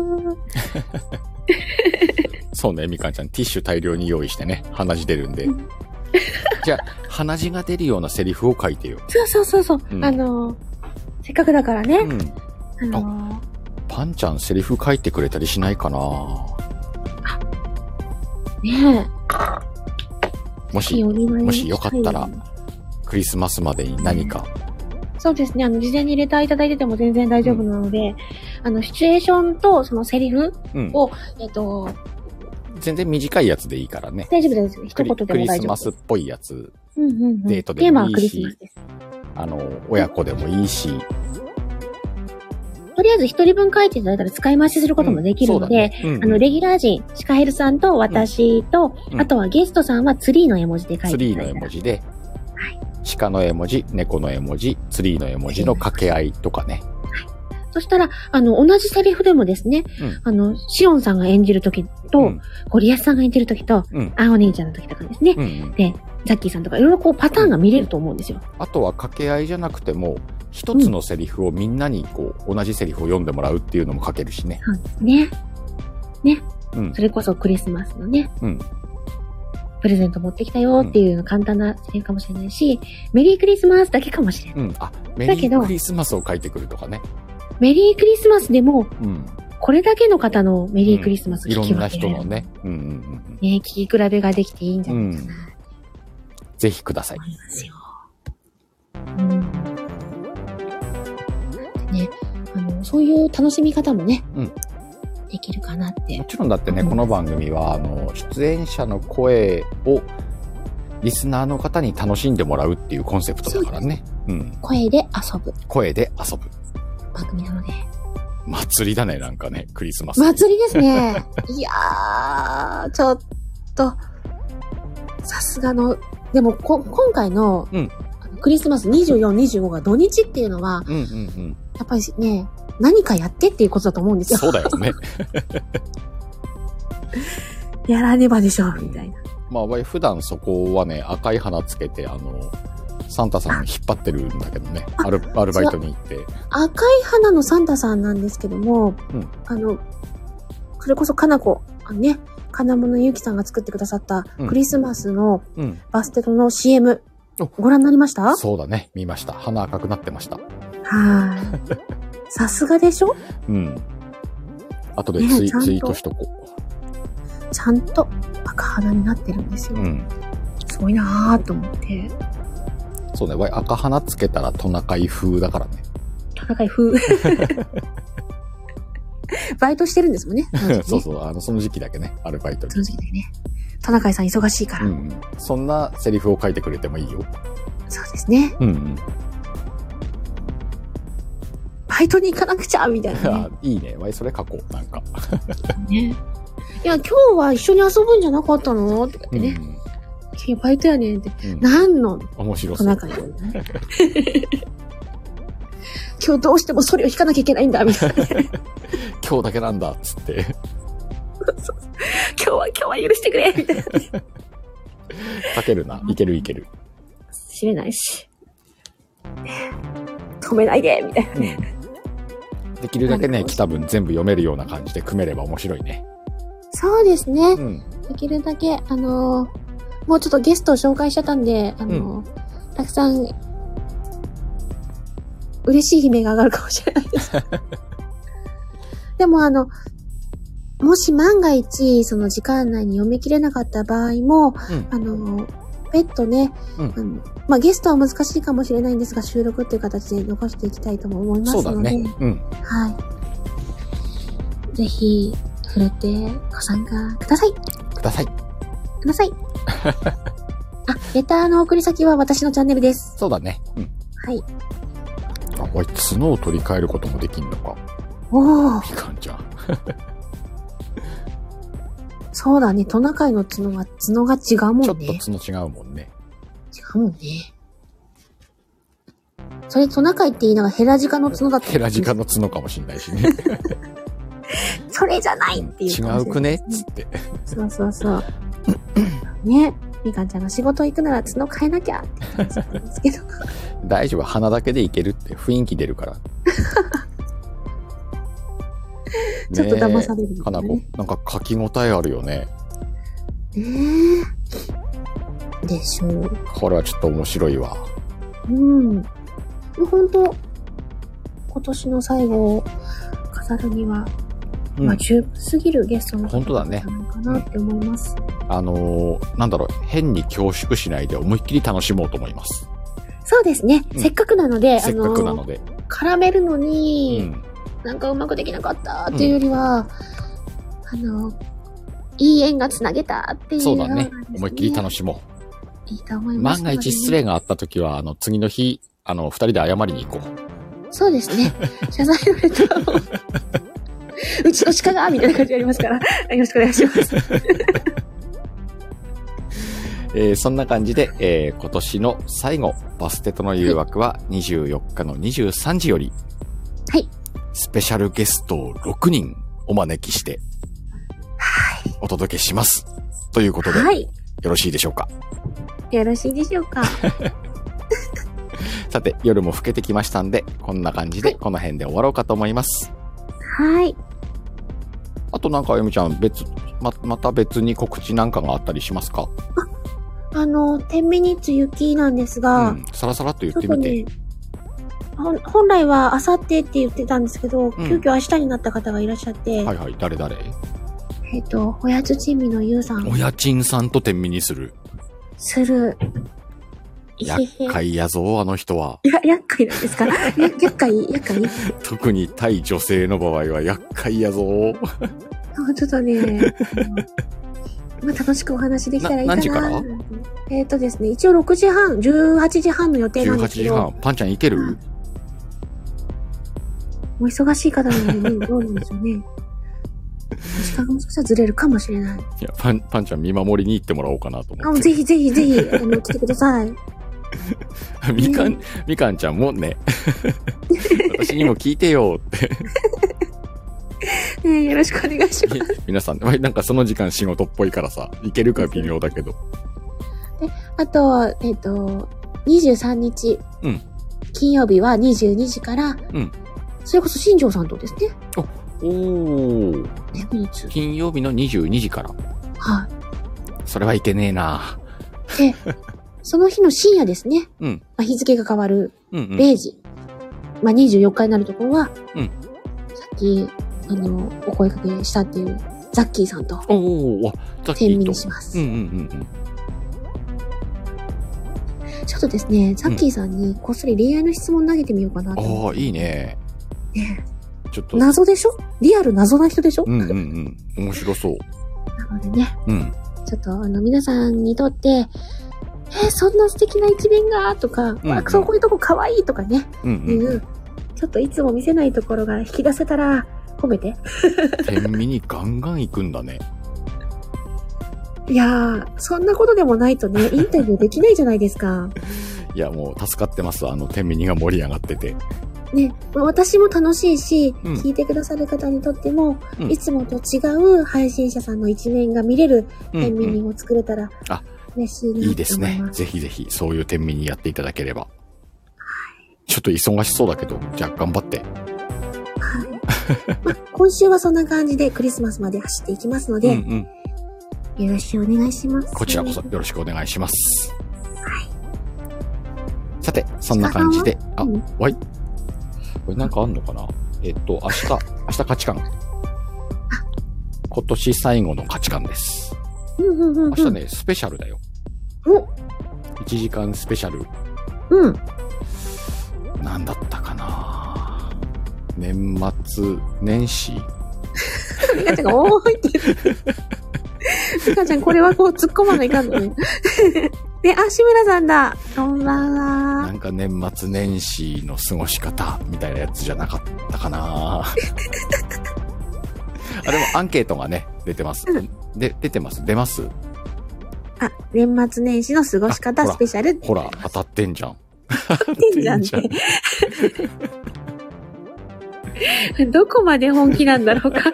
Speaker 1: そうね、みかんちゃん、ティッシュ大量に用意してね、鼻血出るんで
Speaker 2: う。
Speaker 1: じゃあ、鼻血が出るようなセリフを書いてよ。
Speaker 2: そうそうそうそう。
Speaker 1: うん
Speaker 2: あの、せっかくだからね、
Speaker 1: うん。
Speaker 2: あの、
Speaker 1: パンちゃん、セリフ書いてくれたりしないかなも
Speaker 2: ねえ、いい
Speaker 1: し、
Speaker 2: お願いをしたい
Speaker 1: もしよかったら。クリスマスまでに何か。
Speaker 2: そうですね。あの、事前にレターいただいてても全然大丈夫なので、あの、シチュエーションとそのセリフ、
Speaker 1: うん
Speaker 2: お。えっと、
Speaker 1: 全然短いやつでいいからね。
Speaker 2: 大丈夫です。一
Speaker 1: クリ
Speaker 2: 言で
Speaker 1: ク
Speaker 2: も
Speaker 1: リ
Speaker 2: 大
Speaker 1: ス
Speaker 2: 丈
Speaker 1: マ
Speaker 2: 夫
Speaker 1: ス
Speaker 2: で
Speaker 1: っ
Speaker 2: す。
Speaker 1: ぽいやつ。
Speaker 2: うんうんうん。
Speaker 1: デートでもいいし
Speaker 2: テーマはクリスマスです。
Speaker 1: あの、親子でもいいし。
Speaker 2: とりあえず一人分書いていただいたら使い回しすることもできるので、
Speaker 1: うん、そうだね
Speaker 2: あの、レギュラー陣、シカヘルさんと私と、
Speaker 1: うん
Speaker 2: あとはゲストさんはツリーの絵文字で書
Speaker 1: ツ
Speaker 2: いて
Speaker 1: リ
Speaker 2: い
Speaker 1: ー
Speaker 2: た
Speaker 1: の
Speaker 2: だ
Speaker 1: 絵
Speaker 2: いたら
Speaker 1: 文字で、鹿の絵文字、猫の絵文字、ツリーの絵文字の掛け合いとかね。
Speaker 2: そしたら、あの、同じセリフでもですね、
Speaker 1: うん
Speaker 2: あの、シオンさんが演じるときと、
Speaker 1: うん
Speaker 2: ゴリアスさんが演じるときと、
Speaker 1: うん
Speaker 2: あお姉ちゃんのときとかですね、
Speaker 1: うんうん
Speaker 2: ザッキーさんとか、いろいろこうパターンが見れると思うんですよ。
Speaker 1: あとは掛け合いじゃなくても、一つのセリフをみんなにこう、同じセリフを読んでもらうっていうのも書けるしね。
Speaker 2: そうですね。ね。
Speaker 1: うん
Speaker 2: それこそクリスマスのね、
Speaker 1: うん
Speaker 2: プレゼント持ってきたよっていうの簡単なセリフかもしれないし、メリークリスマスだけかもしれない。
Speaker 1: うん。あ、メ
Speaker 2: だ
Speaker 1: リ
Speaker 2: け
Speaker 1: ー
Speaker 2: ど
Speaker 1: クリスマスを書いてくるとかね。
Speaker 2: メリークリスマスでも、
Speaker 1: うん。
Speaker 2: これだけの方のメリークリスマス
Speaker 1: い
Speaker 2: 聞
Speaker 1: ろ
Speaker 2: き
Speaker 1: んな
Speaker 2: 分
Speaker 1: 人
Speaker 2: けられる
Speaker 1: のね。うんうんうん
Speaker 2: ね、聞き比べができていいんじゃ
Speaker 1: う
Speaker 2: ない
Speaker 1: ん。うん。ぜひください
Speaker 2: と。思いますよ。うん。ね、あの、そういう楽しみ方もね、
Speaker 1: うん
Speaker 2: できるかなって
Speaker 1: も。ちろんだってね、この番組は、あの、出演者の声を、リスナーの方に楽しんでもらうっていうコンセプトだからね。うん。
Speaker 2: 声で遊ぶ
Speaker 1: 声で遊ぶ。
Speaker 2: 番組なので。
Speaker 1: 祭りだね、なんかね、クリスマス。
Speaker 2: 祭りですね。 [LAUGHS] いやー、ちょっと、さすがの、でもこ、今回の、
Speaker 1: うん
Speaker 2: あのクリスマス24、25が土日っていうのは、
Speaker 1: うんうんうん。
Speaker 2: やっぱりね、何かやってっていうことだと思うんですよ。
Speaker 1: そうだよ
Speaker 2: [LAUGHS]
Speaker 1: ね。
Speaker 2: やらねばでしょ、みたいな。
Speaker 1: まあ、普段そこはね、赤い花つけて、あの、サンタさん引っ張ってるんだけどね、アルアルバイトに行って。
Speaker 2: 赤い花のサンタさんなんですけども、
Speaker 1: うん
Speaker 2: あの、それこそかなこ、あのね、金物ゆうきさんが作ってくださった
Speaker 1: うん
Speaker 2: クリスマスの
Speaker 1: うん。
Speaker 2: バステロの CM、
Speaker 1: お
Speaker 2: ご覧になりましたは
Speaker 1: そうだね、見ました。花赤くなってました。
Speaker 2: ーい。 [LAUGHS] さすがでしょ
Speaker 1: うん。後で
Speaker 2: ね
Speaker 1: ツイ,、
Speaker 2: ちゃんと
Speaker 1: ツイートしとこ
Speaker 2: ちゃんと赤花になってるんです
Speaker 1: う。
Speaker 2: よ。
Speaker 1: うん。
Speaker 2: すごいなぁと思って。
Speaker 1: そうね、わい赤花つけたらトナカイ風だからね。
Speaker 2: 戦
Speaker 1: [LAUGHS]
Speaker 2: い風。バイトしてるんですも
Speaker 1: [LAUGHS]
Speaker 2: んね。その時ね
Speaker 1: そうそう、あの、その時期だけね、アルバイトに
Speaker 2: そ。の時期でね。田中さん忙しいから。
Speaker 1: うんうん。そんなセリフを書いてくれてもいいよ。
Speaker 2: そうですね。
Speaker 1: うんうん。
Speaker 2: バイトに行かなくちゃみたいな、
Speaker 1: [LAUGHS]
Speaker 2: ね
Speaker 1: あ。いいね。わい、それ書こう。なんか。
Speaker 2: ね。いや、今日は一緒に遊ぶんじゃなかったのとかってね。いや、バイトやねんって。
Speaker 1: うんうん。
Speaker 2: なんの
Speaker 1: 面白そ
Speaker 2: ト
Speaker 1: う
Speaker 2: ナ。カイをね [LAUGHS] 今日どうしてもそれを引かなきゃいけないんだ、みたいな。
Speaker 1: 今日だけなんだ、つって。 [LAUGHS]
Speaker 2: 今日は、今日は許してくれみたいな。
Speaker 1: 書けるな。いけるいける。
Speaker 2: 知れないし。止めないでみたいな。
Speaker 1: できるだけ
Speaker 2: なる
Speaker 1: ね、
Speaker 2: ほど
Speaker 1: 来た分全部読めるような感じで組めれば面白いね。
Speaker 2: そうですね
Speaker 1: う。ん。
Speaker 2: できるだけ、あのーもうちょっとゲストを紹介しちゃったんで、あのーたくさん、嬉しい悲鳴が上がるかもしれな
Speaker 1: [LAUGHS]
Speaker 2: いです。でもあの、もし万が一、その時間内に読み切れなかった場合も、
Speaker 1: うん
Speaker 2: あのー別途ね、
Speaker 1: うん
Speaker 2: あのまあ、ゲストは難しいかもしれないんですが、収録っていう形で残していきたいとも思います
Speaker 1: そ
Speaker 2: の
Speaker 1: う
Speaker 2: で。
Speaker 1: だね。うん。
Speaker 2: はい。ぜひ、触れてご参加ください。く
Speaker 1: ください。
Speaker 2: ださい。あ、レターの送り先は私のチャンネルです。
Speaker 1: そうだね。うん。
Speaker 2: はい。
Speaker 1: あ、おい、角を取り替えることもできんのか。
Speaker 2: おお、
Speaker 1: みかんちゃん。
Speaker 2: そうだね。トナカイの角が、角が違う
Speaker 1: ちょ
Speaker 2: も
Speaker 1: っ
Speaker 2: ん
Speaker 1: と
Speaker 2: ね。
Speaker 1: 角違うもんね。
Speaker 2: 違うもんね。それトナカイって言いながらヘラジカの角だった。
Speaker 1: ヘラジカの角かもしんないしね。
Speaker 2: それじゃないっていう
Speaker 1: 違
Speaker 2: 感じ
Speaker 1: うくね
Speaker 2: で
Speaker 1: つ
Speaker 2: す
Speaker 1: って。
Speaker 2: そうそうそう。 [COUGHS] ね。みかんちゃんが仕事行くなら角変えなきゃ。です
Speaker 1: [LAUGHS]
Speaker 2: けど。
Speaker 1: 大丈夫、鼻だけでいけるって雰囲気出るから。
Speaker 2: [LAUGHS] ちょっと騙されるみ
Speaker 1: ねえ
Speaker 2: た
Speaker 1: か
Speaker 2: いな
Speaker 1: な
Speaker 2: ね
Speaker 1: こ、なんか書き応えあるよね。
Speaker 2: ねえ。でしょう。
Speaker 1: これはちょっと面白いわ。
Speaker 2: うん。本当今年の最後を飾るには、
Speaker 1: うん
Speaker 2: まあ、十分すぎるゲストの方
Speaker 1: 本当だね
Speaker 2: じゃないかなって思います。
Speaker 1: あのーなんだろう、変に恐縮しないで思いっきり楽しもうと思います。
Speaker 2: そうですね。
Speaker 1: うん
Speaker 2: せっかくなので、
Speaker 1: せっかくなので。
Speaker 2: 絡めるの
Speaker 1: う
Speaker 2: に、
Speaker 1: ん。
Speaker 2: なんかうまくできなかったっていうよりは、あの、いい縁がつなげたっていう、
Speaker 1: そうだね。思いっきり楽
Speaker 2: し
Speaker 1: しも
Speaker 2: いいと思
Speaker 1: う。
Speaker 2: います、
Speaker 1: 万が一失。礼があった時は、あの、次の日、あの、二人で謝りに行こう。
Speaker 2: そうですね。謝罪のレタ
Speaker 1: [LAUGHS]
Speaker 2: ーを。うちの鹿がみたいな感じでやりますから、よろしくお願いします。
Speaker 1: えーそんな感じで、えー今年の最後、バステとの誘惑は24日の23時より、
Speaker 2: はい。
Speaker 1: スペシャルゲストを6人お招きして、お届けします。ということで、よ
Speaker 2: はい。
Speaker 1: ろしいでしょうか。
Speaker 2: よろしいでしょうか。 [LAUGHS]
Speaker 1: さて、夜も更けてきましたんで、こんな感じで、この辺で終わろうかと思います。
Speaker 2: はい。
Speaker 1: あとなんか、あゆみちゃん、別、ま、また別に告知なんかがあったりしますか
Speaker 2: あの、天秤につ雪なんですが、
Speaker 1: うん。さらさらっと言
Speaker 2: ちょ
Speaker 1: っ
Speaker 2: ってと
Speaker 1: みて。
Speaker 2: ね、ほん本来は明後日って言ってたんですけど、急遽明日になった方がいらっしゃって、
Speaker 1: はいはい、誰誰
Speaker 2: えっ、と、ほやつちみのゆうさん、
Speaker 1: お家賃さんと天秤にする。
Speaker 2: する、
Speaker 1: 厄
Speaker 2: 石兵。
Speaker 1: 介やぞ、あの人は。
Speaker 2: いや、 [LAUGHS] 厄介なんですかや厄介厄介
Speaker 1: 特に対女性の場合は厄介やぞ。
Speaker 2: なんかちょっとね、 [LAUGHS] あのまあ、楽しくお話できたらいいか
Speaker 1: な何
Speaker 2: な。
Speaker 1: 時から
Speaker 2: えっ、とですね、一応6時半、18時半の予定なん
Speaker 1: 18
Speaker 2: ですけ
Speaker 1: 時
Speaker 2: ど、
Speaker 1: 半、パンちゃんいける、
Speaker 2: うんお忙しい方なので、 [LAUGHS] ね、どうなんでしょうね。時間がもしかしたらずれるかもしれない。
Speaker 1: いや、パン、パンちゃん見守りに行ってもらおうかなと
Speaker 2: あ、
Speaker 1: 思って。
Speaker 2: ぜひぜひぜ [LAUGHS] ひ、あの、来てください。
Speaker 1: みかん、みかんちゃんも
Speaker 2: [LAUGHS]
Speaker 1: ね、私にも聞いてよ [LAUGHS] って。
Speaker 2: ねえよろしくお願いします。
Speaker 1: 皆さん、 [LAUGHS] まあなんかその時間仕事っぽいからさ、いけるか微妙だけど。
Speaker 2: あと、えっ、と、23日、
Speaker 1: うん
Speaker 2: 金曜日は22時から、
Speaker 1: うん
Speaker 2: それこそ新庄さんとですね、
Speaker 1: おー、
Speaker 2: 天秤日。
Speaker 1: 金曜日の22時から。
Speaker 2: は
Speaker 1: それはいけねえな。
Speaker 2: い。で、その日の深夜ですね、
Speaker 1: うん、
Speaker 2: まあ、日付が変わる
Speaker 1: うん、うん。
Speaker 2: 0時、まあ、24日になるところは、
Speaker 1: うん
Speaker 2: さっき、あの、お声かけしたっていう、ザッキーさんと
Speaker 1: おー、あ、さっき
Speaker 2: 天秤
Speaker 1: と
Speaker 2: に。します。
Speaker 1: うん、うん、うん
Speaker 2: ちょっとですね、ザッキーさんにこっそり恋愛の質問投げてみようかなと
Speaker 1: うん。
Speaker 2: 思っ
Speaker 1: ああ、いいね。
Speaker 2: て。ね
Speaker 1: ちょっと。う
Speaker 2: 謎でしょリアル謎な人でしょ、
Speaker 1: ん、うん、うん。面白そう。
Speaker 2: なのでね、
Speaker 1: うん。
Speaker 2: ちょっとあの皆さんにとって、えーそんな素敵な一面がとか、
Speaker 1: うん
Speaker 2: あそうこういうとこ可愛いとかね、
Speaker 1: うん、
Speaker 2: い
Speaker 1: うん。
Speaker 2: う、ちょっといつも見せないところが引き出せたら褒めて。
Speaker 1: 天秤にガンガン行くんだね。
Speaker 2: いやー、そんなことでもない
Speaker 1: [LAUGHS]
Speaker 2: とね、インタビューできないじゃないですか。
Speaker 1: いや、もう助かってます。あの、天秤が盛り上がってて。
Speaker 2: ね、まあ私も楽しいし、
Speaker 1: うん
Speaker 2: 聞いてくださる方にとっても、
Speaker 1: うん
Speaker 2: いつもと違う配信者さんの一面が見れる
Speaker 1: うん
Speaker 2: タイミ
Speaker 1: うん
Speaker 2: ングを作れたら
Speaker 1: あ
Speaker 2: 嬉しいなと思います。
Speaker 1: いいですね。ぜひぜひ、そういう天秤にやっていただければ。ちょっと忙しそうだけど、じゃあ頑張って。
Speaker 2: はい。まあ今週はそんな感じでクリスマスまで走っていきますので、
Speaker 1: うんうん。
Speaker 2: よろしくお願いします。
Speaker 1: こちらこそよろしくお願いします。さて、そんな感じで、あ
Speaker 2: う、ん
Speaker 1: はい。これなんかあんのかなえっと、明日、明日価値観。今年最後の価値観です。
Speaker 2: うんうんうんうん。
Speaker 1: 明日ね、スペシャルだよ。
Speaker 2: お
Speaker 1: 1時間スペシャル。
Speaker 2: うん。
Speaker 1: なんだったかな年末、年始
Speaker 2: ミカちゃんが、おーいって言って。ミカちゃん、これはこう突っ込まないかんのね。で、あ、志村さんだ。こんばん
Speaker 1: な
Speaker 2: は。
Speaker 1: んか年末年始の過ごし方みたいなやつじゃなかったか
Speaker 2: [LAUGHS]
Speaker 1: なあ、でもアンケートがね、出てます
Speaker 2: う。
Speaker 1: で、出てます。出ます。
Speaker 2: あ、年末年始の過ごし
Speaker 1: あ
Speaker 2: 方
Speaker 1: ほら
Speaker 2: スペシャルって
Speaker 1: ほら、当たってんじゃん。
Speaker 2: 言ってんじゃんって。どこまで本気なんだろうか。
Speaker 1: [LAUGHS]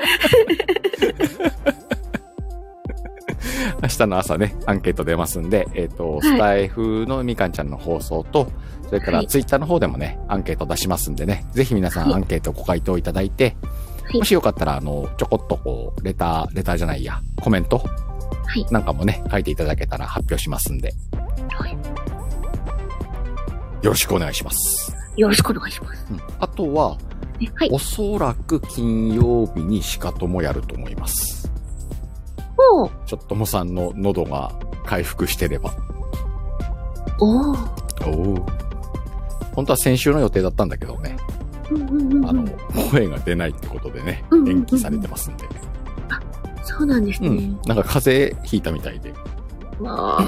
Speaker 1: 明日の朝ね、アンケート出ますんで、えっ、と、
Speaker 2: い
Speaker 1: スタイフのみかんちゃんの放送と、それから
Speaker 2: はい
Speaker 1: ツイッターの方でもね、アンケート出しますんでね、ぜひ皆さん
Speaker 2: はい
Speaker 1: アンケートご回答いただいて、
Speaker 2: はい
Speaker 1: もしよかったら、あの、ちょこっとこう、レター、レターじゃないや、コメント
Speaker 2: はい。
Speaker 1: なんかもね、書いていただけたら発表しますんで、
Speaker 2: はい
Speaker 1: よろしくお願いします。
Speaker 2: よろしくお願いします。
Speaker 1: うんあとは、
Speaker 2: ねはい。
Speaker 1: おそらく金曜日にしかともやると思います。
Speaker 2: おー
Speaker 1: ちょっともさんの喉が回復してれば。
Speaker 2: おー
Speaker 1: おお。本当は先週の予定だったんだけどね、
Speaker 2: うんうんうん。
Speaker 1: あの、声が出ないってことでね、
Speaker 2: うんうんうん
Speaker 1: 延期されてますんで。
Speaker 2: そうなんです
Speaker 1: う
Speaker 2: ね。
Speaker 1: ん。なんか風邪ひいたみたいで。
Speaker 2: まあ、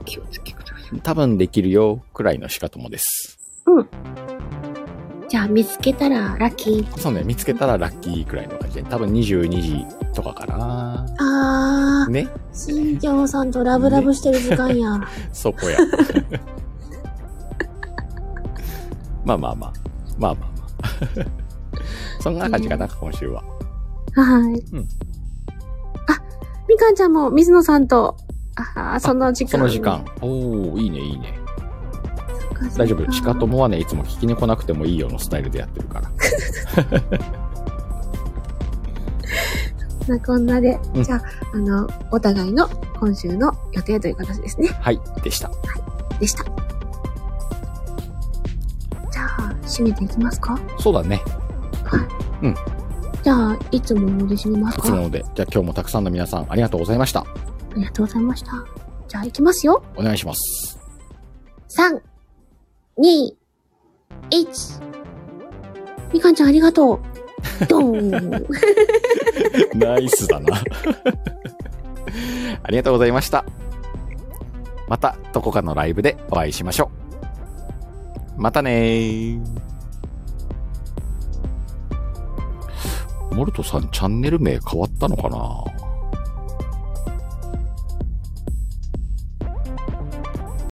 Speaker 2: お気をつけください。
Speaker 1: 多分できるよ、くらいのしかともです。
Speaker 2: じゃあ、見つけたらラッキー。
Speaker 1: そうね、見つけたらラッキーくらいの感じで。多分22時とかかな。
Speaker 2: あ
Speaker 1: ね、
Speaker 2: ー、新庄さんとラブラブしてる時間や。
Speaker 1: そこや。 [LAUGHS] まあまあまあ。まあまあ [LAUGHS] まあ。そんな感じかな、今週は。
Speaker 2: はい。
Speaker 1: うん
Speaker 2: あ、みかんちゃんも水野さんと、あー、その時間。
Speaker 1: その時間。おおいいね、いいね。
Speaker 2: そっか。
Speaker 1: 大丈夫。
Speaker 2: し
Speaker 1: し
Speaker 2: か
Speaker 1: かともはね、いつも聞きに来なくてもいいよのスタイルでやってるから。
Speaker 2: そんなこんなで、
Speaker 1: うん
Speaker 2: じゃあ、あの、お互いの今週の予定という形ですね。
Speaker 1: はい、でした。
Speaker 2: でした。じゃあ、締めていきますか
Speaker 1: そうだね。
Speaker 2: はい。
Speaker 1: うん。
Speaker 2: じゃあ、いつもので締めます
Speaker 1: いつも
Speaker 2: か
Speaker 1: ので、じゃあ今日もたくさんの皆さんありがとうございました。
Speaker 2: ありがとうございました。じゃあ、いきますよ。
Speaker 1: お願いします。
Speaker 2: 3、2、1。みかんちゃんありがとう。ド
Speaker 1: [LAUGHS]
Speaker 2: ーン。
Speaker 1: ナイスだな。 [LAUGHS] ありがとうございました。またどこかのライブでお会いしましょう。またねー。モルトさんチャンネル名変わったのかな